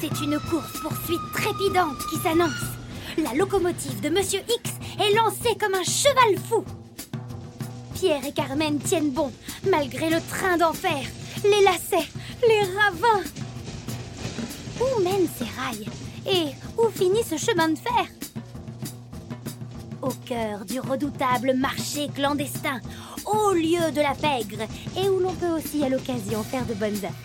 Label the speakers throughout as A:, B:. A: C'est une course-poursuite trépidante qui s'annonce. La locomotive de Monsieur X est lancée comme un cheval fou. Pierre et Carmen tiennent bon, malgré le train d'enfer, les lacets, les ravins. Où mènent ces rails Et où finit ce chemin de fer Au cœur du redoutable marché clandestin, au lieu de la pègre, et où l'on peut aussi à l'occasion faire de bonnes affaires.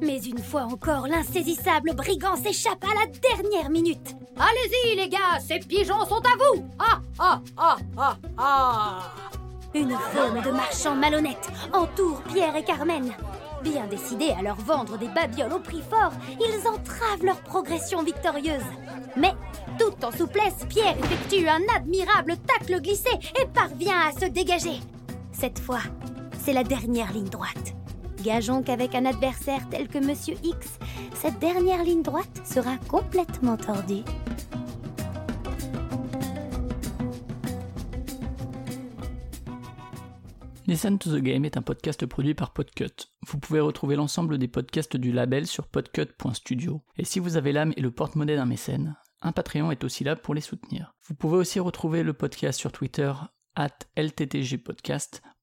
A: Mais une fois encore, l'insaisissable brigand s'échappe à la dernière minute.
B: Allez-y, les gars, ces pigeons sont à vous Ah, ah, ah, ah, ah
A: Une faune de marchands malhonnêtes entoure Pierre et Carmen. Bien décidés à leur vendre des babioles au prix fort, ils entravent leur progression victorieuse. Mais, tout en souplesse, Pierre effectue un admirable tacle glissé et parvient à se dégager. Cette fois, c'est la dernière ligne droite. Gageons qu'avec un adversaire tel que Monsieur X, cette dernière ligne droite sera complètement tordue.
C: Listen to the Game est un podcast produit par Podcut. Vous pouvez retrouver l'ensemble des podcasts du label sur podcut.studio. Et si vous avez l'âme et le porte-monnaie d'un mécène, un Patreon est aussi là pour les soutenir. Vous pouvez aussi retrouver le podcast sur Twitter, at LTTGpodcast,